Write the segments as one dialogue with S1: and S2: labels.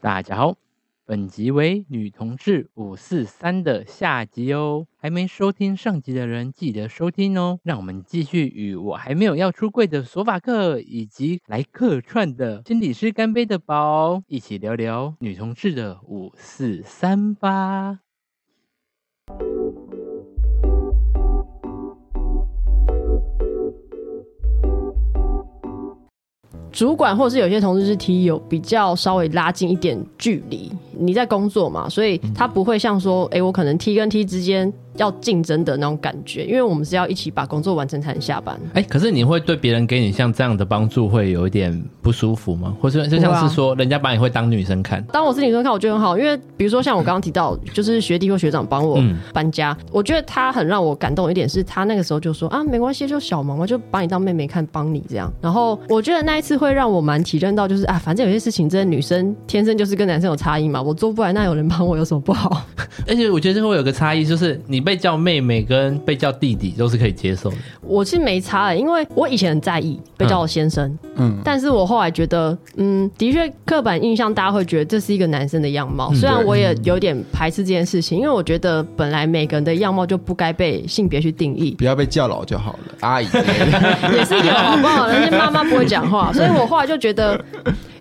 S1: 大家好，本集为女同志五四三的下集哦。还没收听上集的人，记得收听哦。让我们继续与我还没有要出柜的索法克，以及来客串的心理师干杯的宝，一起聊聊女同志的五四三吧。
S2: 主管或是有些同事是 T 有比较稍微拉近一点距离，你在工作嘛，所以他不会像说，哎、我可能 T 跟 T 之间要竞争的那种感觉，因为我们是要一起把工作完成才能下班。
S3: 哎、可是你会对别人给你像这样的帮助会有一点不舒服吗？或是就像是说，人家把你会当女生看，
S2: 当我是女生看，我觉得很好，因为比如说像我刚刚提到，就是学弟或学长帮我
S3: 嗯
S2: 搬家，我觉得他很让我感动的一点是，他那个时候就说啊，没关系，就小忙嘛，就把你当妹妹看，帮你这样。然后我觉得那一次会让我蛮体认到，就是啊，反正有些事情，真的女生天生就是跟男生有差异嘛，我做不来，那有人帮我有什么不好？
S3: 而且我觉得这会有个差异，就是你被叫妹妹跟被叫弟弟都是可以接受的。
S2: 我是没差欸的，因为我以前很在意被叫我先生，嗯，但是我后来觉得，嗯，的确刻板印象大家会觉得这是一个男生的样
S3: 嗯
S2: 貌，虽然我也有点排斥这件事情，因为我觉得本来每个人的样貌就不该被性别去定 义，
S4: 不要被叫老就好了，阿姨之类的。
S2: 也是有好不好？但是妈妈不会讲话，所以我后来就觉得。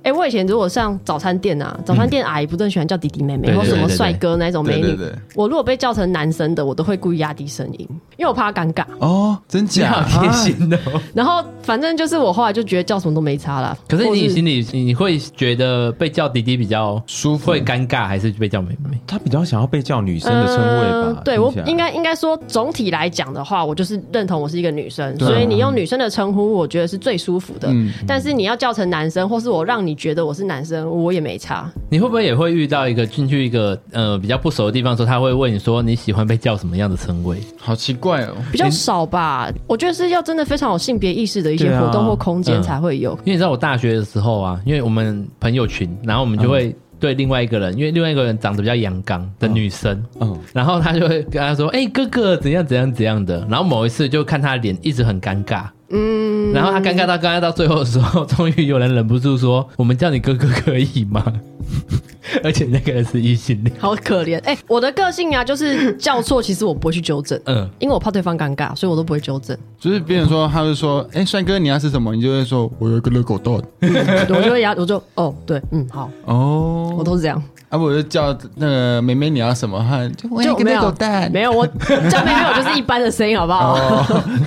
S2: 哎、我以前如果上早餐店啊，早餐店阿姨不是很喜欢叫弟弟妹
S3: 嗯
S2: 妹，
S3: 对对
S2: 或什么
S3: 对对
S2: 帅哥那种美
S4: 对
S2: 女。
S4: 对对，
S2: 我如果被叫成男生的，我都会故意压低声音，因为我怕尴尬。
S4: 哦，真
S3: 你
S4: 假？啊
S3: 好贴心哦、
S2: 然后反正就是我后来就觉得叫什么都没差啦。
S3: 可是
S2: 或
S3: 你心里你会觉得被叫弟弟比较
S4: 舒服
S3: 会尴尬，还是被叫妹妹？
S5: 他比较想要被叫女生的称谓吧？
S2: 呃对
S5: 听
S2: 我
S5: 起来
S2: 应该应该说总体来讲的话，我就是认同我是一个女生，
S5: 啊
S2: 所以你用女生的称呼，我觉得是最舒服的。
S5: 嗯
S2: 但是你要叫成男生，或是我让你觉得我是男生，我也没差。
S3: 你会不会也会遇到一个进去一个呃比较不熟的地方的时候，他会问你说你喜欢被叫什么样的称谓？
S4: 好奇怪哦。
S2: 比较少吧，我觉得是要真的非常有性别意识的一些
S5: 对啊
S2: 活动或空间
S3: 嗯
S2: 才会有。
S3: 因为你知道我大学的时候啊，因为我们朋友群，然后我们就会对另外一个人，因为另外一个人长得比较阳刚的女生，
S5: 嗯，
S3: 然后他就会跟他说：“哎、哥哥怎样怎样怎样的。”然后某一次就看他脸一直很尴尬，嗯，然后他尴尬到尴尬到最后的时候，终于有人忍不住说：“我们叫你哥哥可以吗？” 而且那个人是异性恋，
S2: 好可怜，哎、我的个性啊，就是叫错，其实我不会去纠正，
S3: 嗯，
S2: 因为我怕对方尴尬，所以我都不会纠正，
S4: 就是别人说，他就说，哎、帅哥你要吃什么？你就会说，我有一个热狗蛋。
S2: 我就会压，我就哦，对，嗯，好，我
S4: 哦，
S2: 都是这样。
S4: 啊，我就叫那个妹妹你要什么？哈，就我有一个
S2: 没
S4: 热
S2: 有
S4: 狗蛋。哦
S2: 没有 我叫妹妹，我就是一般的声音，好不好？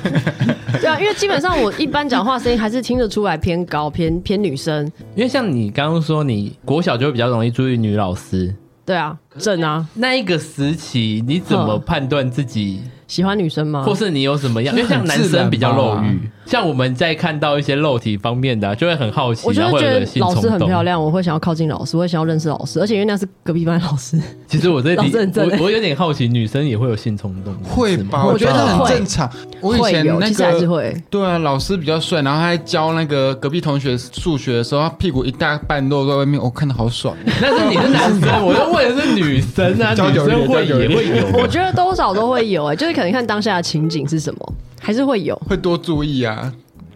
S2: 对啊，因为基本上我一般讲话声音还是听得出来偏高、偏偏女生。
S3: 因为像你刚刚说，你国小就会比较容易注意女老师。
S2: 对啊，正啊，
S3: 那一个时期，你怎么
S2: 嗯
S3: 判断自己
S2: 喜欢女生吗
S3: 或？是你有什么样？因为像男生比较肉欲，像我们在看到一些肉体方面的啊、就会很好奇，
S2: 我就
S3: 然
S2: 是
S3: 后
S2: 觉
S3: 会有个
S2: 得
S3: 性
S2: 老师
S3: 冲
S2: 很漂
S3: 动。
S2: 亮，我会想要靠近老师，我会想要认识老师，而且因为那是隔壁班的老 师，
S3: 其实我这
S2: 老师很正
S3: 我我有点好奇，女生也会有性冲动，
S4: 会
S3: 是吗
S4: 吧？
S2: 我
S4: 我觉得
S2: 觉得
S4: 很
S2: 会
S4: 正常。我以
S2: 会
S4: 前
S2: 有，
S4: 那
S2: 其实还是
S4: 个
S2: 会。
S4: 对啊，老师比较帅，然后他还教那个隔壁同学数学的时候，他屁股一大半露在外面，我、看的好爽。
S3: 但是你是男 生，我又问的是女生啊，
S4: 交
S3: 女
S4: 友
S3: 生会
S4: 交友
S3: 也会有
S2: 我
S3: 吗。
S2: 觉得多少都会有、哎，就是可能看当下的情景是什么，还是会有。
S4: 会多注意啊，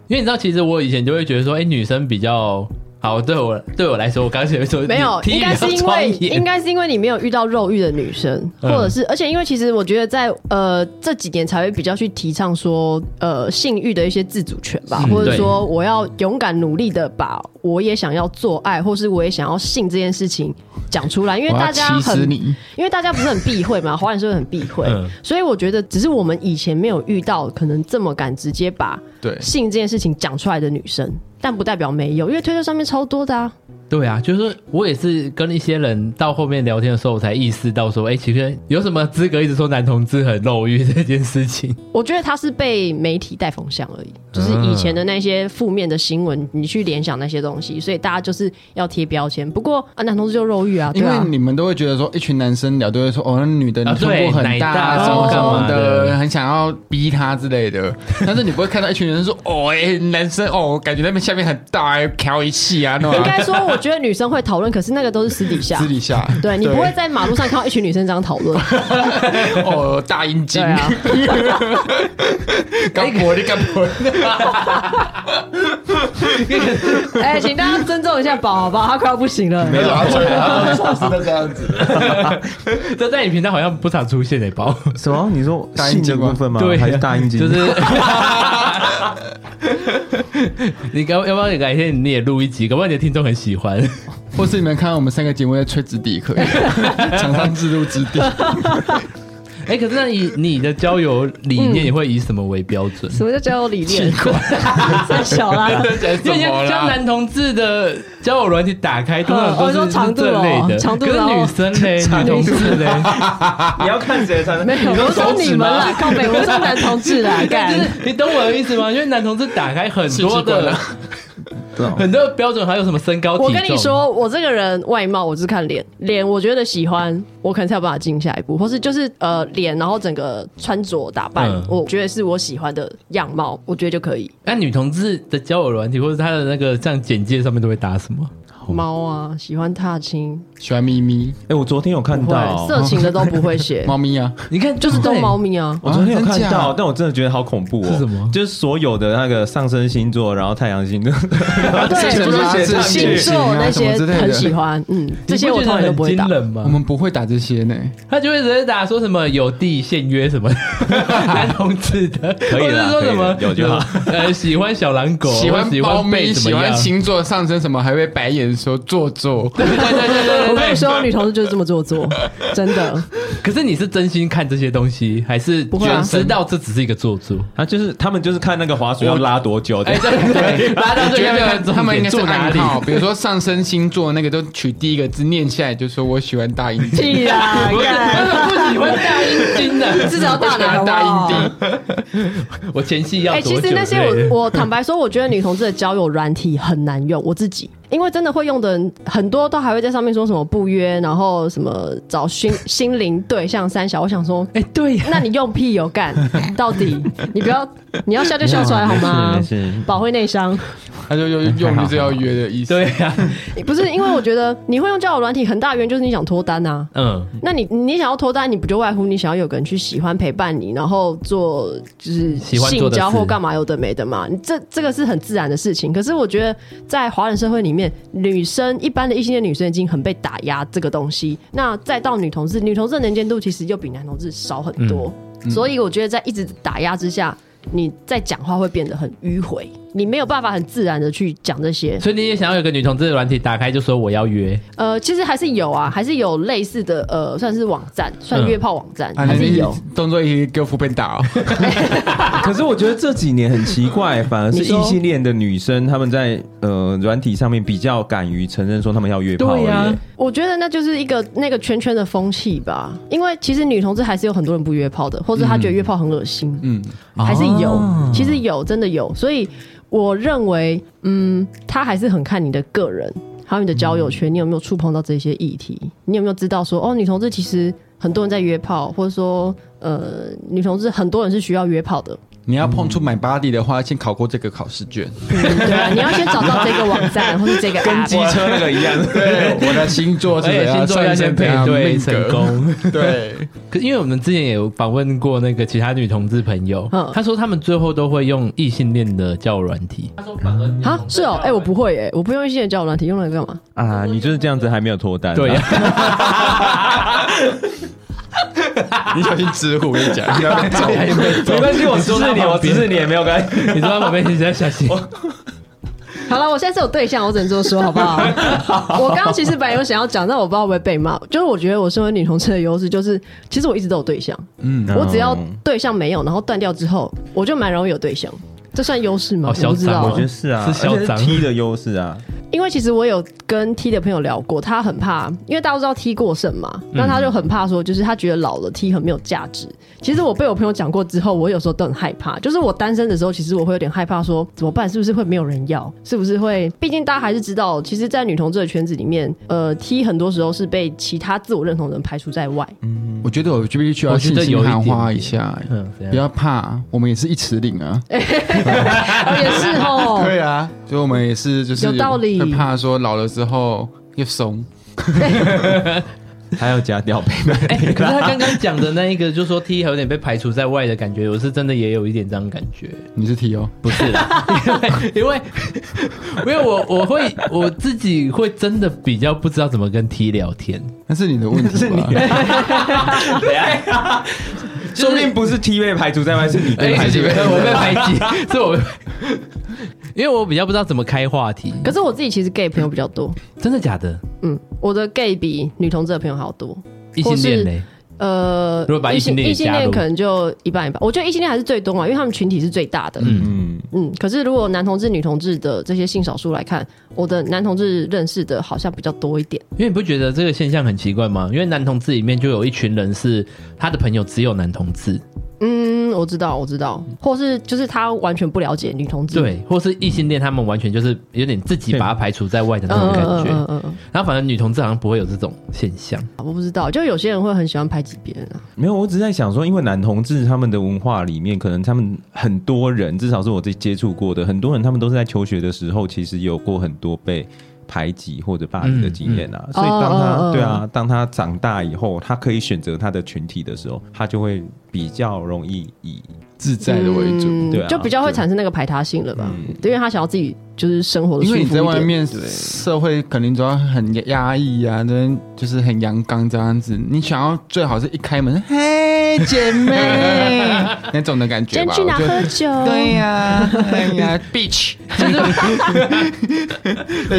S3: 因为你知道，其实我以前就会觉得说，哎，女生比较好，对我来对我来说，我刚才说
S2: 没有，
S3: 你
S2: 应该是因为应该是因为你没有遇到肉欲的女生，或
S3: 嗯
S2: 者是，而且因为其实我觉得在呃这几年才会比较去提倡说呃性欲的一些自主权吧，
S3: 嗯
S2: 或者
S3: 对
S2: 说我要勇敢努力的把我也想要做爱，或是我也想要性这件事情讲出来，因为
S4: 我要
S2: 大家
S4: 气死
S2: 很
S4: 你。
S2: 因为大家不是很避讳嘛，华人社会很避讳，
S3: 嗯
S2: 所以我觉得只是我们以前没有遇到可能这么敢直接把
S4: 对，
S2: 性这件事情讲出来的女生，但不代表没有，因为推特上面超多的啊。
S3: 对啊，就是说我也是跟一些人到后面聊天的时候，我才意识到说，哎、其实有什么资格一直说男同志很肉欲这件事情？
S2: 我觉得他是被媒体带风向而
S4: 嗯
S2: 已，就是以前的那些负面的新闻，你去联想那些东西，所以大家就是要贴标签。不过啊，男同志就肉欲啊，对
S4: 因为
S2: 啊。
S4: 你们都会觉得说，一群男生聊都会说，哦，那女的
S3: 啊
S4: 你胸
S3: 对
S4: 部很
S3: 奶
S4: 大
S3: 大
S4: 啊什么
S2: 哦
S4: 什么
S3: 干嘛
S4: 的，
S3: 的
S4: 很想要逼她之类的。 但是你不会看到一群人说，哦，哎，男生哦，我感觉那边下面很大，哎，调一气啊，那种
S2: 应
S4: 啊。
S2: 该说，我啊我觉得女生会讨论，可是那个都是私底 下
S4: 私。底下，
S2: 对你不会在马路上看到一群女生这样讨 论，
S4: 哦大阴茎
S2: 对，啊，
S4: 干活的干活，
S2: 哎、请大家尊重一下宝，好不好？他快要不行了，
S4: 没有他吹 啊，上次都这样子，
S3: 这在你频道好像不常出现的包，
S5: 什么？你说
S4: 大阴
S5: 性
S4: 茎
S5: 的
S4: 吗
S5: 部分吗？
S3: 对，
S5: 啊
S3: 啊
S5: 还是大阴茎？
S3: 就是 你刚要不要改天你也录一集，搞不好你的听众很喜 欢。
S4: 或是你们看到我们三个节目在吹纸笛，可以厂商自入纸笛，
S3: 哎、可是那你你的交友理念也会以什么为标准？
S2: 嗯什么叫交友理念？ 太小 啦，
S3: 因为
S4: 怎么啦
S3: 像男同志的交友软体打开，通常都
S2: 哦
S3: 是
S2: 说长度
S3: 这类
S2: 哦
S3: 的，
S2: 长度
S3: 可是
S2: 然后
S3: 女生 嘞，女同志嘞，
S5: 你要看谁才能
S2: 没有，我说你们啦，靠北，我说男同志 啦，干
S3: 就。是你懂我的意 思吗？因为男同志打开很多的
S5: 对啊
S3: 很多的标准，还有什么身高、体重。啊
S2: 我跟你，说，我这个人外貌，我是看脸，脸我觉得喜欢，我可能才有办法进下一步，或是就是呃脸，然后整个穿着打扮，
S3: 嗯
S2: 我觉得是我喜欢的样貌，我觉得就可以。
S3: 那女同志的交友软体或者她的那个像简介上面都会打什么？
S2: 猫啊，喜欢踏青，
S4: 喜欢咪咪
S5: 哎，我昨天有看
S2: 不
S5: 到
S2: 会，色情的都不会写，
S4: 猫咪啊，
S3: 你看，
S2: 就是
S3: 动
S2: 动猫咪啊。
S5: 我昨天有
S4: 啊
S5: 看
S4: 真假
S5: 到，但我真的觉得好恐怖哦。
S3: 是什么
S5: 就是所有的那个上升星座，然后太阳星座，
S2: 对，
S4: 这
S2: 就是
S4: 些
S2: 星
S4: 东西
S2: 星座那些
S4: 什么之类的
S2: 很喜欢，嗯，这
S3: 你
S2: 些
S3: 不
S2: 我
S3: 觉得
S2: 通常都
S3: 很
S2: 不会打
S3: 惊。人吗？
S4: 我们不会打这些呢，
S3: 他就会直接打说什么有地限约 什么的男同志的，
S5: 可以
S3: 或者
S5: 啦
S3: 是说什么
S5: 可以有就好
S3: 呃喜欢小狼狗，
S4: 喜欢
S3: 喜
S4: 猫
S3: 欢
S4: 咪，
S3: 被
S4: 喜
S3: 怎么
S4: 欢
S3: 样？
S4: 星座上升什么，还会白眼说做作，
S3: 对对对对对
S2: 我跟
S3: 对
S2: 你说，女同事就是这么做作，真的。
S3: 可是你是真心看这些东西，还是不
S2: 会啊
S3: 知道这只是一个做作？
S5: 啊，就是他们就是看那个滑水要拉多久的
S3: 哎，，对 对，拉到最
S4: 觉
S3: 后
S4: 得他们应该是
S3: 住哪
S4: 暗
S3: 里？
S4: 号，比如说上升星座那个都取第一个字念下来，就说我喜欢大阴茎，
S2: 屁啦，
S3: 不是，
S2: 干
S3: 他们不喜欢大 阴茎的，
S2: 至少要大奶好不
S4: 大
S2: 好
S4: 阴茎。
S3: 我前戏要
S2: 哎、
S3: 多久
S2: 其
S3: 之
S2: 实
S3: 类的？
S2: 那些我我坦白说，我觉得女同志的交友软体很难用，我自己。因为真的会用的人很多，都还会在上面说什么不约，然后什么找心心灵对象三小。我想说，
S3: 哎，对呀，
S2: 那你用屁有干？到底你不要，你要笑就笑出来好
S3: 啊
S2: 吗
S5: 没？事没事
S2: 保会内伤，
S4: 他就用用就是要约的意思。
S3: 对，呀，
S2: 不是因为我觉得你会用交友软体，很大原因就是你想脱单啊。
S3: 嗯，
S2: 那你你想要脱单，你不就外乎你想要有个人去喜欢陪伴你，然后做就是
S3: 喜欢做的
S2: 性交
S3: 事
S2: 或干嘛有的没的嘛？你这这个是很自然的事情。可是我觉得在华人社会里面，女生一般的异性恋女生已经很被打压这个东西，那再到女同志，女同志的能见度其实又比男同志少很多，
S3: 嗯
S2: 所以我觉得在一直打压之下。你在讲话会变得很迂回，你没有办法很自然的去讲这些，
S3: 所以你也想要有个女同志的软体打开就说我要约，
S2: 呃，其实还是有啊，还是有类似的，呃，算是网站，算
S3: 嗯
S2: 约炮网站，
S4: 啊，
S2: 还是
S4: 你
S2: 有。
S4: 动作一给我副被打哦，
S5: 可是我觉得这几年很奇怪，反而是
S2: 你说
S5: 异性恋的女生，她们在呃软体上面比较敢于承认说她们要约炮而已。
S3: 对呀
S2: 我觉得那就是一个那个圈圈的风气吧，因为其实女同志还是有很多人不约炮的，或者她觉得约炮很恶心，
S4: 嗯，
S2: 还是有，其实有，真的有。所以我认为，嗯，他还是很看你的个人，还有你的交友圈，你有没有触碰到这些议题？你有没有知道说，哦，女同志其实很多人在约炮，或者说，呃，女同志很多人是需要约炮的。
S4: 你要碰出 my body 的话，先考过这个考试卷。
S2: 嗯对啊，你要先找到这个网站或是这个 app。
S5: 车那个一样，
S4: 对，我的星座是
S3: 而且
S4: 怎
S3: 星
S4: 样
S3: 座要
S4: 上
S3: 先
S4: 升
S3: 配
S4: 怎样
S3: 对
S4: 命
S3: 成
S4: 格，
S3: 功。
S4: 对，
S3: 可因为我们之前也有访问过那个其他女同志朋友
S2: 嗯，
S3: 她说她们最后都会用异性恋的交友软体。她说反而
S2: 啊，是哦，哎、我不会哎、我不用一些人交友软体，用那个干嘛？
S5: 啊，你就是这样子还没有脱单、啊
S3: 对呀，
S4: 你小心直呼，我跟你讲，你要被揍。
S5: 没关系，我
S3: 直视你我直视
S5: 你也没有关系。
S3: 你坐在旁边你在小心。
S2: 好了，我现在是有对象，我只能这么说，好不好？我刚刚其实本来有想要讲，但我不知道会不会被骂。就是我觉得我身为女同志的优势，就是其实我一直都有对象，
S4: 嗯，
S2: 我只要对象没有，然后断掉之后，我就蛮容易有对象。这算优势吗？
S3: 好
S2: 我不知
S3: 嚣张
S2: 道
S3: 哦
S5: 我觉得是啊，
S3: 是嚣张
S5: 而且是 T 的优势 啊，
S2: 因为其实我有跟 T 的朋友聊过，他很怕，因为大家都知道 T 过剩嘛，那他就很怕说，就是他觉得老了 T 很没有价值。其实我被我朋友讲过之后，我有时候都很害怕，就是我单身的时候，其实我会有点害怕说怎么办，是不是会没有人要，是不是会？毕竟大家还是知道，其实，在女同志的圈子里面，呃，T 很多时候是被其他自我认同的人排除在外。
S4: 我觉得我必须要
S3: 我觉
S4: 信
S3: 得
S4: 心
S3: 有一
S4: 喊话
S3: 点
S4: 一下，
S3: 嗯， 怎
S4: 不
S5: 啊
S3: 样？
S4: 要怕，我们也是一尺领啊。
S2: 也是哦，
S4: 对啊，所以我们也是就是
S2: 有道理
S4: 会怕说老了之后又怂。
S5: 还要加吊杯
S3: 哎，可是他刚刚讲的那一个，就说 T 还有点被排除在外的感觉，我是真的也有一点这样感觉。
S4: 你是 T 哦，
S3: 不是啦， 因为因为因为我我会我自己会真的比较不知道怎么跟 T 聊天，
S4: 那是你的问题吧。 是你
S5: 说不定不是 T 被排除在外，是你被排除
S3: 对
S5: 在外。
S3: 我被排 挤，是我被，因为我比较不知道怎么开话题，
S2: 可是我自己其实 gay 朋友比较多，
S3: 真的假的？
S2: 嗯，我的 gay 比女同志的朋友好多。
S3: 异性恋嘞？
S2: 呃，
S3: 如果把
S2: 异
S3: 异性恋也
S2: 异性
S3: 加
S2: 恋
S3: 入
S2: 可能就一半一半，我觉得异性恋还是最多啊嘛，因为他们群体是最大的。嗯
S5: 嗯，
S2: 可是如果男同志、女同志的这些性少数来看，我的男同志认识的好像比较多一点。
S3: 因为你不觉得这个现象很奇怪吗？因为男同志里面就有一群人是他的朋友只有男同志，
S2: 嗯，我知道，我知道，或是就是他完全不了解女同志，
S3: 对，或是异性恋，他们完全就是有点自己把他排除在外的那
S2: 嗯，
S3: 种感
S2: 嗯嗯嗯
S3: 觉。
S2: 嗯嗯，
S3: 然后反正女同志好像不会有这种现 象。
S2: 我不知道，就有些人会很喜欢排挤别人啊。
S5: 没有，我只是在想说，因为男同志他们的文化里面，可能他们很多人，至少是我自己接触过的，很多人他们都是在求学的时候，其实有过很多被排挤或者霸凌的经验啊。所以当他、
S2: 哦哦哦
S5: 对啊，当他长大以后，他可以选择他的群体的时候，他就会比较容易以
S4: 自在的为主，
S2: 嗯
S5: 对啊
S2: 就比较会产生那个排他性了吧？对，因为他想要自己就是生活的
S4: 因
S2: 舒服
S4: 为
S2: 一
S4: 你在
S2: 点。
S4: 外面社会肯定主要很压抑啊，真就是很阳刚这样子。你想要最好是一开门，嘿姐妹 那种的感
S2: 今天
S4: 觉吧。
S2: 去哪
S4: 我觉得
S2: 喝酒？
S4: 对呀，哎呀，beach，
S3: 我
S4: 类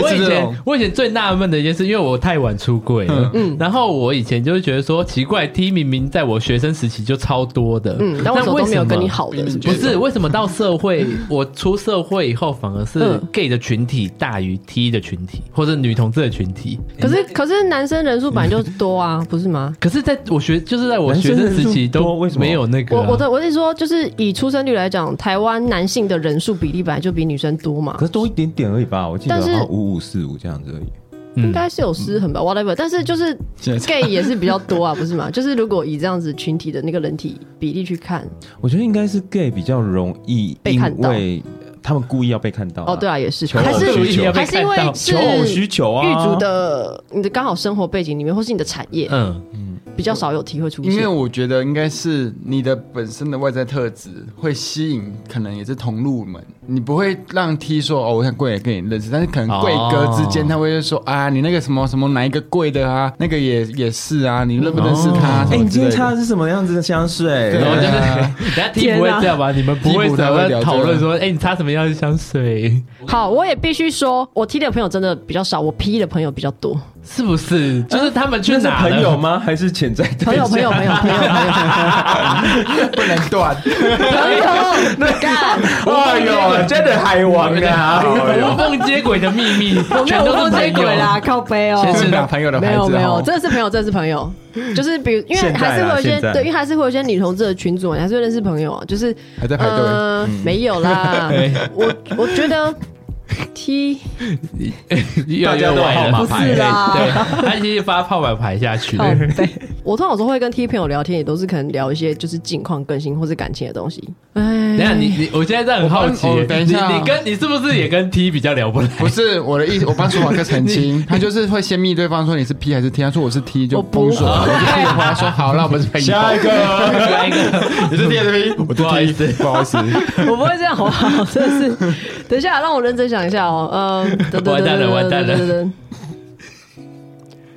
S4: 似
S3: 以
S4: 这种
S3: 前。我以前最纳闷的一件事，因为我太晚出柜了，嗯，然后我以前就是觉得说奇怪，T 明明在我学生时期就超多的，
S2: 嗯，但为什么都没有跟你？好的？是不
S3: 不
S2: 是
S3: 是为什么到社会，
S5: 嗯
S3: 我出社会以后反而是
S2: 嗯
S3: gay 的群体大于 T 的群体，或者女同志的群体？
S2: 可是可是男生人数本来就多啊， 不是吗？
S3: 可是在我学，就是在我
S5: 男
S3: 学
S5: 生
S3: 生
S5: 人
S3: 时
S5: 数
S3: 期
S5: 多
S3: 都
S5: 为什么
S3: 没有那个啊、
S2: 我我的我是说，就是以出生率来讲，台湾男性的人数比例本来就比女生多嘛
S5: 可，是多一点点而已吧，我记
S2: 但是
S5: 得五五四五这样子而已。嗯
S2: 应该是有失衡吧，whatever。但是 就是
S4: 现在
S2: gay 也是比较多啊，不是吗？就是如果以这样子群体的那个人体比例去看，
S5: 我觉得应该是 gay 比较容易，
S2: 被
S5: 因
S2: 看到
S5: 为他们故意要被看到、
S2: 哦，对，啊，也是，
S5: 偶
S2: 还是
S5: 需求
S2: 还是因为是
S5: 求偶需求啊，
S2: 狱卒的你的刚好生活背景里面，或是你的产业
S3: 嗯，
S2: 比较少有体会出
S4: 因为
S2: 现。
S4: 我觉得应该是你的本身的外在特质会吸引，可能也是同路们，你不会让 T 说哦，我想贵也跟你认识，但是可能贵哥之间
S3: 哦
S4: 他会说、啊，你那个什么什么哪一个贵的啊，那个也也是啊，你认不认识他？
S5: 哎、
S4: 什么
S5: 你
S4: 之
S5: 今
S4: 类的
S5: 天擦的是什么样子的哎香水？
S4: 对
S3: 然后就是，
S4: 啊
S3: 等 下 T 不会这样吧？你们不会
S4: T 不太会聊这
S3: 在
S4: 个
S3: 讨论说，哎，你擦什么样的香水？
S2: 好，我也必须说，我 T 的朋友真的比较少，我 P 的朋友比较多。
S3: 是不 是？就是他们去
S5: 那是
S3: 哪了
S5: 朋友吗？还是潜在对
S2: 朋友，
S5: 象？
S2: 朋友，朋友，朋友，朋友，
S4: 不能断。
S2: 朋友，那干，
S5: 哎呦，真的海王啊！哎
S3: 无
S5: 呦
S3: 缝接轨的秘密，
S2: 我没
S3: 全
S2: 有
S3: 都
S2: 问
S3: 是
S2: 这
S3: 朋
S2: 鬼
S3: 友。
S2: 啦，靠背哦。
S4: 先是打朋友的
S2: 没
S4: 牌
S2: 有
S4: 子，
S2: 没有，
S4: 哦
S2: 这是朋友，这是朋 友，就是比如，因为
S5: 现在啦
S2: 还是会有一些
S5: 现在
S2: 对，因为还是会有一些女同志的群组，你还是会认识朋友啊，就是
S4: 还在排队。嗯
S2: 呃，没有 啦，我我觉得 T
S3: 越来
S5: 大
S3: 越
S5: 家都有
S3: 歪
S5: 号
S3: 了
S5: 码
S2: 不是啦
S4: 哎
S3: 对，他其实发号码牌下去的。
S2: 哦，对，我通常有时候会跟 T 朋友聊天，也都是可能聊一些就是近况更新或是感情的东西。哎
S3: 等一下你你，我现在在很好奇
S4: 我帮哦，等一下
S3: 你你跟你是不是也跟 T 比较聊不来？
S4: 不是我的意思，我帮舒华哥澄清，他就是会先密对方说你是 P 还是 T，他说我是 T 就
S2: 我不
S4: 封锁了，
S2: 会
S4: 我是 P 的话说好，那我们 是朋友。
S5: 下一个，
S3: 下一个，
S4: 你是 T 还是 P？我
S3: 不好意思，
S4: 不好意 思，
S2: 我不会这样，好不好？真的是，等一下，让我认真想一下哦。 嗯，噔
S3: 完蛋了完蛋了。
S2: 噔噔噔噔噔噔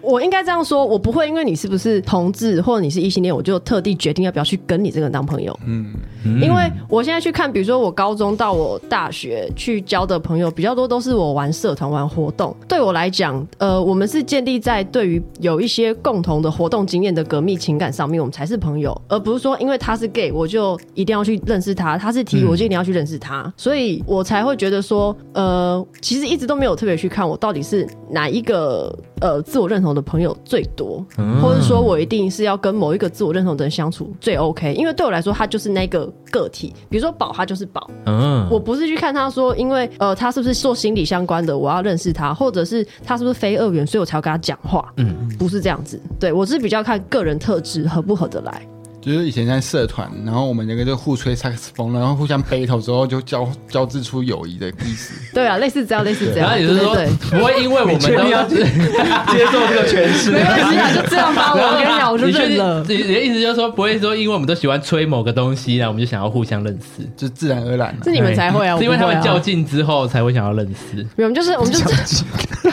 S2: 我应该这样说，我不会因为你是不是同志或者你是异性恋，我就特地决定要不要去跟你这个人当朋友。嗯，因为我现在去看，比如说我高中到我大学去交的朋友比较多，都是我玩社团、玩活动。对我来讲，呃，我们是建立在对于有一些共同的活动经验的革命情感上面，我们才是朋友，而不是说因为他是 gay 我就一定要去认识他，他是 T
S3: 嗯
S2: 我就一定要去认识他，所以我才会觉得说，呃，其实一直都没有特别去看我到底是哪一个呃自我认同的朋友最
S3: 嗯
S2: 多，或者说我一定是要跟某一个自我认同的人相处最 OK，因为对我来说他就是那个个体，比如说宝，他就是宝，
S3: 嗯，
S2: 我不是去看他说，因为呃，他是不是做心理相关的，我要认识他，或者是他是不是非二元，所以我才要跟他讲话。
S3: 嗯
S2: 嗯，不是这样子。对我是比较看个人特质合不合得来。
S4: 就是以前在社团，然后我们那个就互吹萨克斯风，然后互相 battle 之后就交交织出友谊的意思。
S2: 对啊，类似这样，类似这样。
S3: 然后也就是说
S2: 对对对
S3: 不会因为我们
S5: 确定 要
S3: 都是。
S5: 接受这个诠释
S2: 没关系啊，就这 样吧。我跟你讲，我就
S3: 你确
S2: 认
S3: 定
S2: 了。
S3: 你你的意思就是说，不会说因为我们都喜欢吹某个东西，然后我们就想要互相认识，
S4: 就自然而然、啊。
S2: 是你们才会啊，我
S3: 是因为
S2: 不
S3: 他
S2: 会啊
S3: 们较劲之后才会想要认识。
S2: 没有，我们就是 我们就是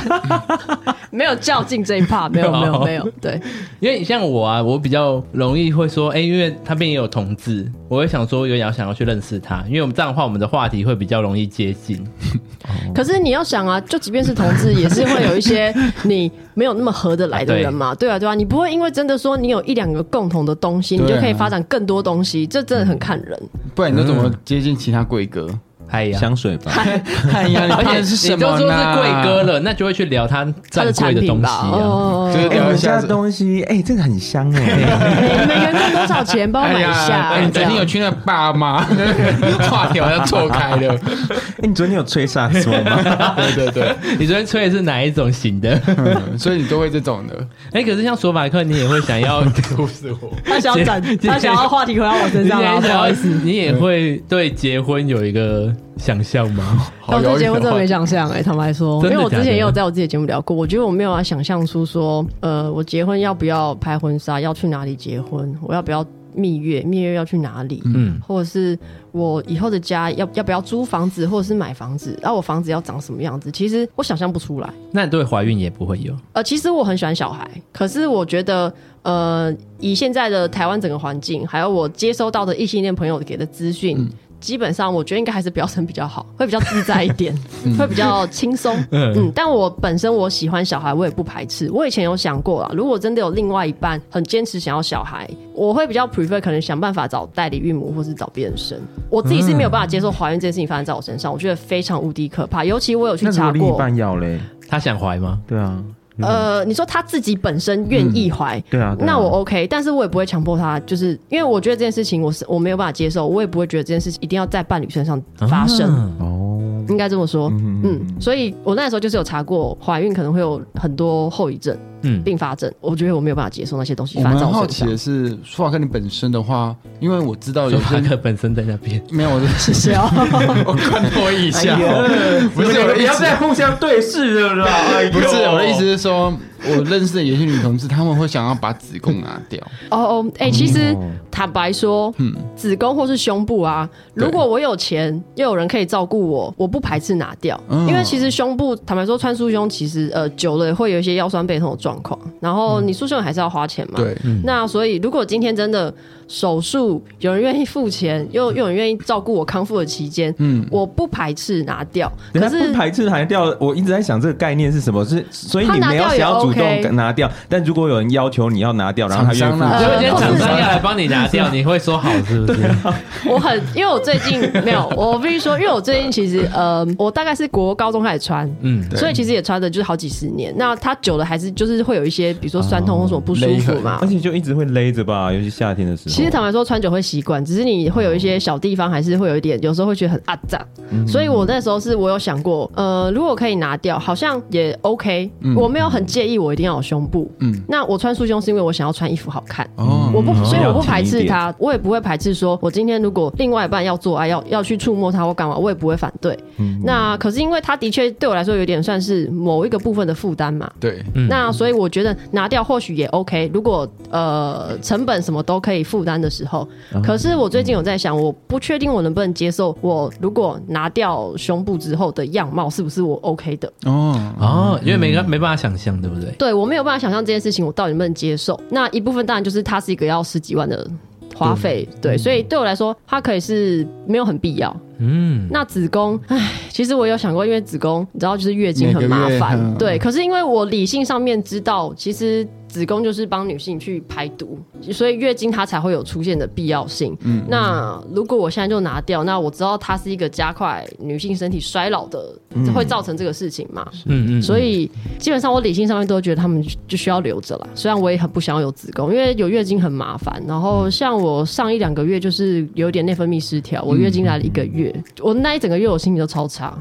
S2: 没有较劲这一趴， 没有
S3: 哦
S2: 没有没有，对，
S3: 因为像我啊，我比较容易会说，哎、因为他边也有同志，我会想说有点想要去认识他，因为我们这样的话，我们的话题会比较容易接近。
S2: 可是你要想啊，就即便是同志，也是会有一些你没有那么合得来的人嘛。对啊，对啊，你不会因为真的说你有一两个共同的东西，你就
S4: 对啊
S2: 可以发展更多东西，这真的很看人。
S3: 嗯
S4: 不然你都怎么接近其他贵 哥？
S3: 哎呀，
S5: 香水吧，
S4: 看一哎下你
S3: 而
S4: 看
S3: 且
S4: 的是什
S3: 你
S4: 么
S3: 都说
S4: 呢？
S3: 是贵哥 了，那就会去聊他
S2: 它
S3: 占
S2: 的
S3: 贵
S2: 产
S3: 的
S2: 品
S3: 东西
S2: 吧，
S3: 啊。
S2: 哦，
S4: 就是
S5: 哎，
S4: 聊
S5: 我
S4: 一
S5: 们
S4: 下
S5: 家
S4: 子
S5: 的。东西，哎，这个很香哎，
S2: 每每个人赚多少钱，帮我买一
S4: 哎
S2: 下。
S4: 你
S2: 这
S4: 昨
S2: 样
S4: 天有去那爸 妈话题好像错开了。
S5: 哎，你昨天有吹萨克斯风吗？
S4: 对对对，
S3: 你昨天吹的是哪一种型 的？
S4: 嗯所以你都会这种的。
S3: 哎、可是像索马克，你也会想 要，
S4: 不是我，
S2: 他想 要转，他想要话题回到我身
S3: 你
S2: 上
S3: 也
S2: 啊，不
S3: 想
S2: 好
S3: 要
S2: 意思。，
S3: 你也会对结婚有一个想象吗？
S4: 好
S2: 我
S4: 遥
S2: 对
S4: 远
S2: 结婚真的
S4: 哦
S2: 没想象哎、坦白说，
S3: 啊真的
S2: 因为我之
S3: 假的
S2: 前也有在我自己的节目聊过，我觉得我没有要想象出说，呃，我结婚要不要拍婚纱，要去哪里结婚，我要不要蜜月，蜜月要去哪里，
S3: 嗯，
S2: 或者是我以后的家要要不要租房子，或者是买房子，啊然、后我房子要长什么样子，其实我想象不出来。
S3: 那你对怀孕也不会有，
S2: 呃，其实我很喜欢小孩，可是我觉得，呃，以现在的台湾整个环境，还有我接收到的异性恋朋友给的资讯，
S5: 嗯
S2: 基本上我觉得应该还是不要生比较好，会比较自在一 点，
S5: 嗯
S2: 会比较轻松。嗯，但我本身我喜欢小孩，我也不排斥。我以前有想过啊，如果真的有另外一半很坚持想要小孩，我会比较 prefer 可能想办法找代理孕母或是找别人生。我自己是没有办法接
S5: 嗯
S2: 受怀孕这件事情发生在我身上，我觉得非常无敌可怕。尤其我有 去
S5: 那如
S2: 查
S5: 果另一
S2: 过，
S5: 半要嘞，
S3: 他想怀吗？
S5: 对啊，
S2: 呃，你说他自己本身愿意怀、
S5: 对啊，对啊
S2: 那我 OK，但是我也不会强迫他，就是因为我觉得这件事情我是我没有办法接受，我也不会觉得这件事情一定要在伴侣身上发生，
S3: 啊
S5: 哦，
S2: 应该这么说。
S5: 嗯
S2: 嗯，所以我那时候就是有查过，怀孕可能会有很多后遗症、
S3: 嗯，
S2: 并发症，我觉得我没有办法接受那些东西
S4: 我
S2: 发生在
S4: 蛮好
S2: 我身
S4: 奇
S2: 上。
S4: 的是，舒瓦克你本身的话，因为我知道
S3: 索
S4: 有
S3: 马
S4: 些
S3: 克本身在那边，
S4: 没有，我是哎
S2: 谢谢哦，
S4: 我观多一下，不是我的意思。
S5: 互相对视，对不 对？
S4: 不是我的意思是说，我认识的有些女同志，她们会想要把子宫拿掉。
S2: 哦哦，哎、其实坦白说，子宫或是胸部啊，
S4: 对
S2: 如果我有钱又有人可以照顾我，我不排斥拿掉，
S4: 嗯
S2: 因为其实胸部坦白说穿束胸其实呃久了会有一些腰酸背痛的状况，然后你束胸还是要花钱嘛。。
S4: 对，
S2: 那所以，如果今天真的手术有人愿意付钱，又又有人愿意照顾我康复的期间，
S4: 嗯
S2: 我不排斥拿掉。可
S5: 人
S2: 是
S5: 家不排斥拿掉，我一直在想这个概念是什么？是所以你没有想要主
S2: 他拿掉也 OK
S5: 动拿掉，但如果有人要求你要拿掉，然后他愿
S4: 厂商
S5: 意付
S3: 所以
S4: 啦
S5: 钱，
S3: 今天
S2: 或
S3: 厂
S2: 是
S3: 商要来帮你拿掉，你会说好是不是？
S2: 我很，因为我最近没有，我必须说，因为我最近其实，呃，我大概是国高中开始穿，
S3: 嗯
S2: 嗯，所以其实也穿的就是好几十年。那它久了还是就是会有一些，比如说酸痛或什么不舒服嘛
S5: 而。且就一直会勒着吧，尤其夏天的时候。
S2: 其实坦白说，穿久会习惯，只是你会有一些小地方，还是会有一点，有时候会觉得很阿脏。所以我那时候是我有想过，呃，如果可以拿掉，好像也 OK，、我没有很介意我一定要有胸部。
S4: 嗯
S2: 嗯，那我穿束胸是因为我想要穿衣服好看。
S4: 哦，
S2: 我不，所以我
S5: 嗯要
S2: 不
S5: 紧
S2: 排
S5: 一
S2: 斥
S5: 点
S2: 他，我也不会排斥说，我今天如果另外一半要做爱，要要去触摸他或干嘛，我也不会反对。
S5: 嗯
S2: 那可是因为他的确对我来说有点算是某一个部分的负担嘛，
S4: 对，
S5: 嗯
S2: 那所以我觉得拿掉或许也 OK，如果呃成本什么都可以负担的时候，
S5: 啊
S2: 可是我最近有在想，我不确定我能不能接受，我如果拿掉胸部之后的样貌是不是我 OK 的。
S4: 哦，
S3: 哦，因为没没办法想象，对不对？
S2: 对我没有办法想象这件事情，我到底能不能接受？那一部分当然就是
S4: 嗯
S2: 它是一个要十几万的花费，对，所以对我来说，它可以是没有很必要，
S3: 嗯，
S2: 那子宫，唉，其实我有想过，因为子宫，你知道，就是月经很麻
S4: 每个月
S2: 烦
S4: 嗯，
S2: 对。可是因为我理性上面知道，其实子宫就是帮女性去排毒，所以月经它才会有出现的必要性。嗯，那如果我现在就拿掉，那我知道它是一个加快女性身体衰老的，
S4: 嗯
S2: 会造成这个事情嘛？
S3: 嗯嗯，
S2: 所以基本上我理性上面都觉得他们就需要留着啦。虽然我也很不想要有子宫，因为有月经很麻烦。然后像我上一两个月就是有点内分泌失调，
S4: 嗯
S2: 我月经来了一个月，我那一整个月我心情都超差。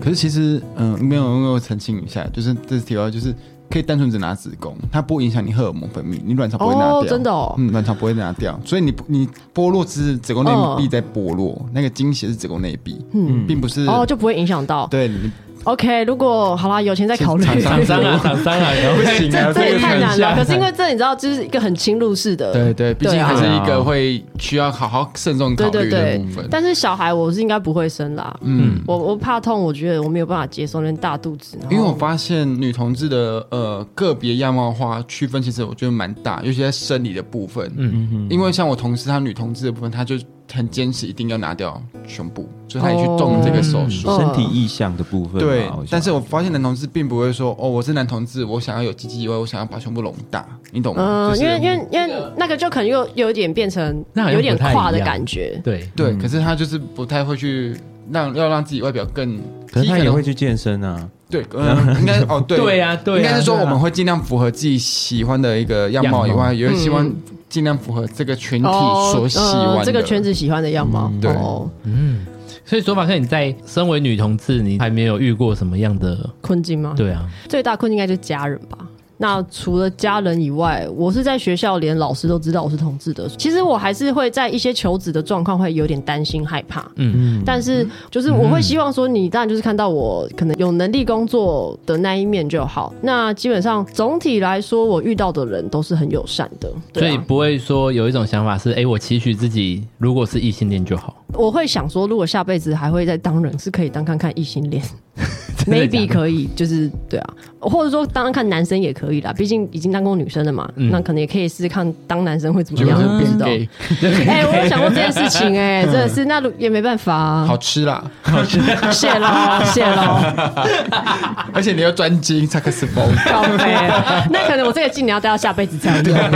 S4: 可是其实，嗯，没有，没有澄清一下，就是这是题外话，就是可以单纯只拿子宫，它不影响你荷尔蒙分泌，你卵巢不会拿掉，
S2: 哦，真的哦，
S4: 嗯，卵巢不会拿掉，所以你你剥落只是子宫内壁在剥落，那个经血是子宫内壁，嗯，并不是
S2: 哦就不会影响到。
S4: 对你
S2: OK，如果好啦，有钱再考虑。
S4: 厂商
S3: 厂商啊，厂商啊，然后
S4: 不行啊，
S2: 这也太难了，
S4: 这
S2: 可
S4: 个
S2: 是因为这你知道，就是一个很侵入式的，
S4: 对对，毕
S2: 对
S4: 竟
S2: 啊
S4: 还是一个会需要好好慎重
S2: 对
S4: 考
S2: 对
S4: 虑的部
S2: 对
S4: 分，。
S2: 但是小孩我是应该不会生啦，
S4: 嗯，
S2: 我我怕痛，我觉得我没有办法接受那大肚子，然后
S4: 因为我发现女同志的呃个别样貌化区分，其实我觉得蛮大，尤其在生理的部分。嗯嗯，因为像我同事，她女同志的部分，她就很坚持一定要拿掉胸部，所以她也去动这个手术。
S5: 身体意向的部分嘛，
S4: 对
S5: 好像，
S4: 但是我发现男同志并不会说哦，我是男同志，我想要有鸡鸡以外，我想要把胸部隆大，你懂
S2: 嗯，
S4: 吗？就是
S2: 因为因为因为那个就可能又有点变成
S3: 那好像
S2: 有点
S3: 不太
S2: 跨的
S3: 一样
S2: 感觉，
S3: 对，
S4: 对，可是他就是不太会去让要让自己外表更，
S5: 可是他
S4: 鸡
S5: 也
S4: 能
S5: 会去健身啊，
S4: 对，嗯，应该哦，对，
S3: 对啊对啊
S4: 应该是说
S3: 对啊
S4: 我们会尽量符合自己喜欢的一个样貌以外，也会希望尽量符合这个群
S3: 嗯
S4: 体所喜欢
S2: 嗯呃
S4: 的。
S2: 这个圈子喜欢的样貌，
S4: 对
S2: 哦，
S3: 所以索马克，你在身为女同志，你还没有遇过什么样的？
S4: 嗯
S2: 困境吗？
S3: 对啊，
S2: 最大困境应该就是家人吧。那除了家人以外，我是在学校连老师都知道我是同志的。其实我还是会在一些求职的状况会有点担心害怕，
S3: 嗯
S2: 嗯，但是就是我会希望说，你当然就是看到我可能有能力工作的那一面就好。那基本上总体来说，我遇到的人都是很友善的，
S3: 所
S2: 对啊
S3: 以不会说有一种想法是，哎，我期许自己如果是异性恋就好，
S2: 我会想说，如果下辈子还会再当人，是可以当看看异性恋
S3: 的假的
S2: ，maybe 可以，就是对啊，或者说当看男生也可以啦，毕竟已经当过女生了嘛，那可能也可以试试看当男生会怎么
S4: 结果
S2: 样，
S4: 就
S2: 不知
S4: 变
S2: 道。
S4: gay，
S2: 哎、我有想过这件事情、哎，真的是，那如也没办法、啊
S4: 好，吃 啦，
S2: 谢喽，谢喽，
S4: 而且你又专精萨克斯风，
S2: 告飞，那可能我这个技能要待到下辈子才有用。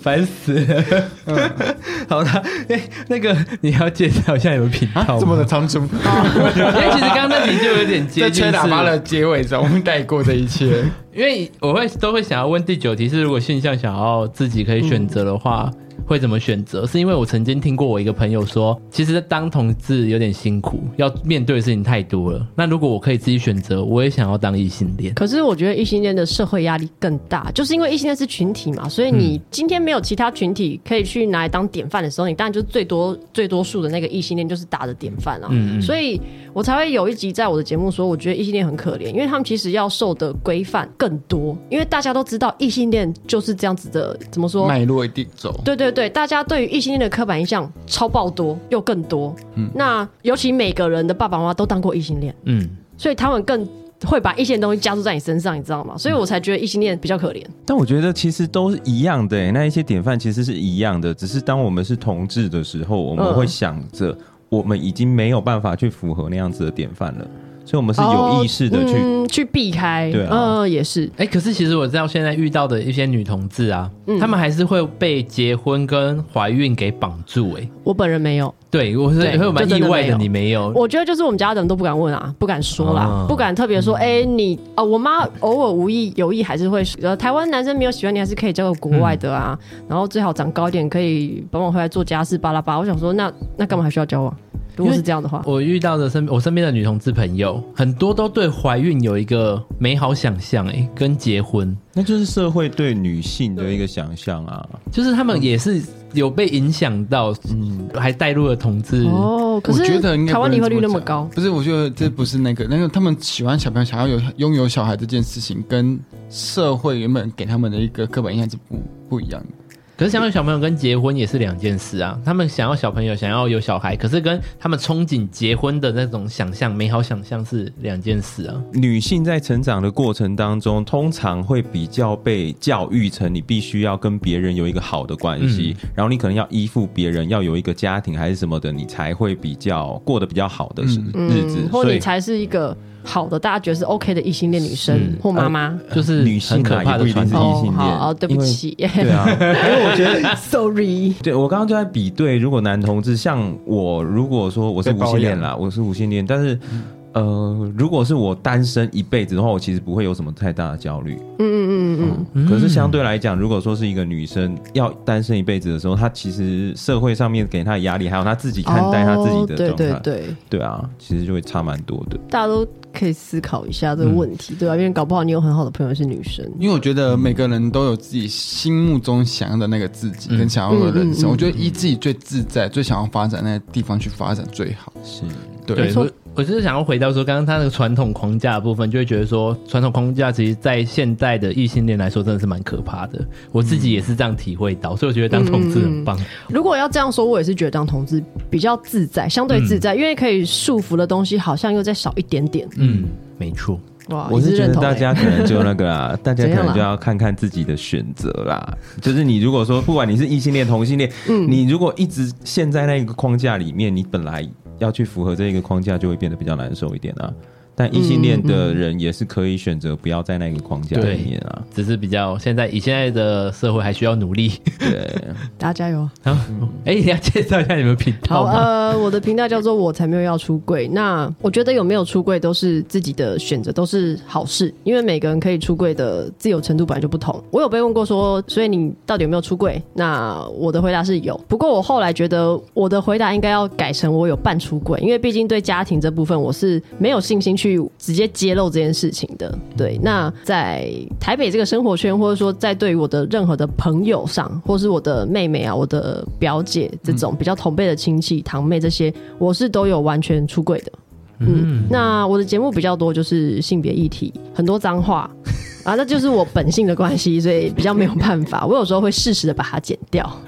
S3: 烦死了。
S4: 嗯
S3: 好啦，哎，那个你要介绍一下你们频道
S4: 啊这么的仓促，
S3: 因为其实刚刚那题就有点接
S4: 在
S3: 近
S4: 吹
S3: 是
S4: 喇叭的结尾中，我们带过这一切。
S3: 因为我会都会想要问第九题是，如果性向想要自己可以选择的话，会怎么选择？是因为我曾经听过我一个朋友说，其实当同志有点辛苦，要面对的事情太多了。那如果我可以自己选择，我也想要当异性恋。
S2: 可是我觉得异性恋的社会压力更大，就是因为异性恋是群体嘛，所以你今天没有其他群体可以去拿来当典范的时候，你当然就是最多最多数的那个异性恋就是打的典范啊。所以我才会有一集在我的节目说，我觉得异性恋很可怜，因为他们其实要受的规范更多，因为大家都知道异性恋就是这样子的，怎么说？
S4: 脉络一定走，
S2: 对对对，大家对于异性恋的刻板印象超爆多，又更多。
S5: 嗯
S2: 那尤其每个人的爸爸妈妈都当过异性恋。
S3: 嗯，
S2: 所以他们更会把一些东西加注在你身上，你知道吗？所以我才觉得异性恋比较可怜。
S5: 但我觉得其实都是一样的欸、那一些典范其实是一样的，只是当我们是同志的时候，我们
S2: 嗯
S5: 会想着我们已经没有办法去符合那样子的典范了，所以我们是有意识的去。
S2: 嗯、去避开，
S5: 对啊
S2: 呃，也是。
S3: 哎、可是其实我知道现在遇到的一些女同志啊，她们还是会被结婚跟怀孕给绑住、哎，
S2: 我本人没有，
S3: 对我是
S2: 对
S3: 会蛮
S2: 就真
S3: 意
S2: 的
S3: 外的，
S2: 没有
S3: 你没有。
S2: 我觉得就是我们家的人都不敢问啊，不敢说啦，
S3: 啊
S2: 不敢特别说，哎、你啊、我妈偶尔无意有意还是会说，呃，台湾男生没有喜欢你，还是可以交个国外的啊，然后最好长高一点，可以帮忙回来做家事，巴拉巴拉。我想说，那那干嘛还需要交往？如果是这样的话，
S3: 我遇到的身我身边的女同志朋友，很多都对怀孕有一个美好想象，哎，跟结婚，
S5: 那就是社会对女性的一个想象啊，
S3: 就是他们也是有被影响到，嗯，还带入了同志，
S2: 哦，可
S4: 我觉
S2: 是
S4: 得应该
S2: 台湾
S4: 不能
S2: 离婚率那
S4: 这
S2: 么
S4: 讲
S2: 高，
S4: 不是？我觉得这不是那个，那个他们喜欢小朋友，想要有拥有小孩这件事情，跟社会原本给他们的一个刻板印象是不不一样的。
S3: 可是想要小朋友跟结婚也是两件事啊。他们想要小朋友，想要有小孩，可是跟他们憧憬结婚的那种想象、美好想象是两件事啊。
S5: 女性在成长的过程当中，通常会比较被教育成你必须要跟别人有一个好的关系，然后你可能要依附别人，要有一个家庭还是什么的，你才会比较过得比较好的日
S2: 嗯
S5: 日子。
S2: 或
S5: 所
S2: 你
S5: 以
S2: 才是一个好的，大家觉得是 OK 的异性恋女生
S3: 是
S2: 或妈妈。
S3: 就是
S5: 女
S3: 很
S5: 性
S3: 可
S5: 啊
S3: 怕
S5: 也不
S3: 的
S5: 一
S3: 传
S5: 定是
S3: 统。
S2: 哦
S5: 异性，恋
S2: 好，哦对不
S5: 因为
S2: 起
S5: 对啊， 因为我觉得
S2: ，sorry。
S5: 对我刚刚就在比对，如果男同志像我，如果说我是
S4: 被
S5: 无
S4: 包
S5: 性恋
S4: 养
S5: 啦，我是无性恋，但是。呃，如果是我单身一辈子的话，我其实不会有什么太大的焦虑。
S2: 嗯嗯嗯
S3: 嗯
S5: 可是相对来讲，如果说是一个女生要单身一辈子的时候，她其实社会上面给她的压力，还有她自己
S2: 嗯，
S5: 看待她自己的
S2: 哦对
S5: 状态，
S2: 对对，
S5: 对啊，其实就会差蛮多的。
S2: 大家都可以思考一下这个问
S5: 嗯
S2: 题，对吧、因为搞不好你有很好的朋友是女生，
S4: 因为我觉得每个人都有自己心目中想要的那个自己跟想要的
S2: 嗯嗯
S4: 人生，
S2: 嗯嗯
S4: 我觉得依自己最自在、最想要发展那个地方去发展最好。
S5: 是，
S4: 对，
S3: 对，
S2: 错
S3: 我我就是想要回到说，刚刚他那个传统框架的部分，就会觉得说，传统框架其实在现代的异性恋来说，真的是蛮可怕的。我自
S5: 嗯
S3: 己也是这样体会到，所以我觉得当同志很棒。
S2: 如果要这样说，我也是觉得当同志比较自在，相对自
S5: 嗯
S2: 在，因为可以束缚的东西好像又再少一点点。
S3: 嗯，没错。
S2: 哇，
S5: 我
S2: 你
S5: 是觉
S2: 认
S5: 得
S2: 同
S5: 大
S2: 欸
S5: 家可能就那个啦，大家
S2: 怎
S5: 可
S2: 样
S5: 能就
S2: 啦
S5: 要看看自己的选择 啦。就是你如果说不管你是异性恋、同性恋，
S2: 嗯
S5: 你如果一直陷在那个框架里面，你本来要去符合这个框架，就会变得比较难受一点啊。但异性恋的
S2: 嗯
S5: 人也是可以选择不要在那个框架
S3: 对
S5: 里面啊。
S3: 只是比较现在以现在的社会还需要努力。
S5: 对，
S2: 大家加油。
S3: 然后，哎、你要介绍一下你们频
S2: 好，
S3: 道吗？
S2: 呃，我的频道叫做“我才没有要出柜”。那我觉得有没有出柜都是自己的选择，都是好事，因为每个人可以出柜的自由程度本来就不同。我有被问过说，所以你到底有没有出柜？那我的回答是有，不过我后来觉得我的回答应该要改成我有半出柜，因为毕竟对家庭这部分我是没有信心去直接揭露这件事情的。对，那在台北这个生活圈，或者说在对于我的任何的朋友上，或是我的妹妹啊、我的表姐这种比较同辈的亲戚、堂妹这些，我是都有完全出柜的。嗯，那我的节目比较多就是性别议题，很多脏话啊，那就是我本性的关系，所以比较没有办法。我有时候会适时的把它剪掉，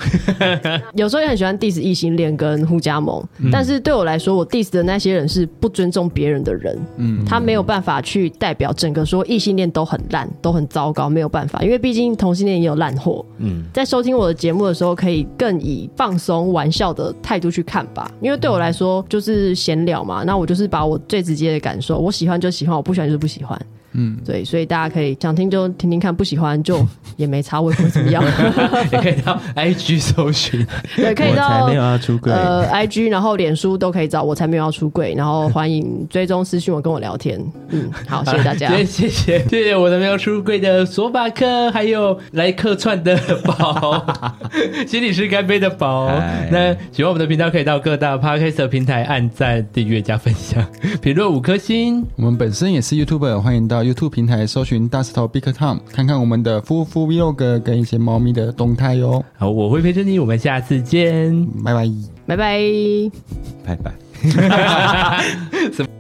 S2: 有时候也很喜欢 diss 异性恋跟互加盟，但是对我来说，我 diss 的那些人是不尊重别人的人，
S4: 嗯，
S2: 他没有办法去代表整个说异性恋都很烂，都很糟糕，没有办法，因为毕竟同性恋也有烂货。嗯，在收听我的节目的时候，可以更以放松、玩笑的态度去看吧，因为对我来说就是闲聊嘛，那我就是把我最直接的感受，我喜欢就喜欢，我不喜欢就是不喜欢。嗯，对，所以大家可以想听就听听看，不喜欢就也没差，我也不会怎么样。
S3: 也可以到 IG 搜寻。
S2: 对，可以
S5: 我才
S2: 到
S5: 没有要出柜。
S2: 呃，IG，然后脸书都可以找我，才没有要出柜，然后欢迎追踪私讯我跟我聊天。嗯，好， 谢谢大家
S3: 好。 谢谢谢谢我的没有出柜的索法克，还有来客串的宝，心理师干杯的宝
S5: 嗨。
S3: 那喜欢我们的频道，可以到各大 podcast 平台按赞、订阅、加分享、评论五颗星。
S4: 我们本身也是 YouTuber，欢迎到 YouTube 平台搜寻大石头 Big Tom，看看我们的夫妇 Vlog 跟一些猫咪的动态哟。
S3: 好，我会陪着你，我们下次见。
S4: 拜拜。
S2: 拜拜。
S5: 拜拜。
S3: 什么？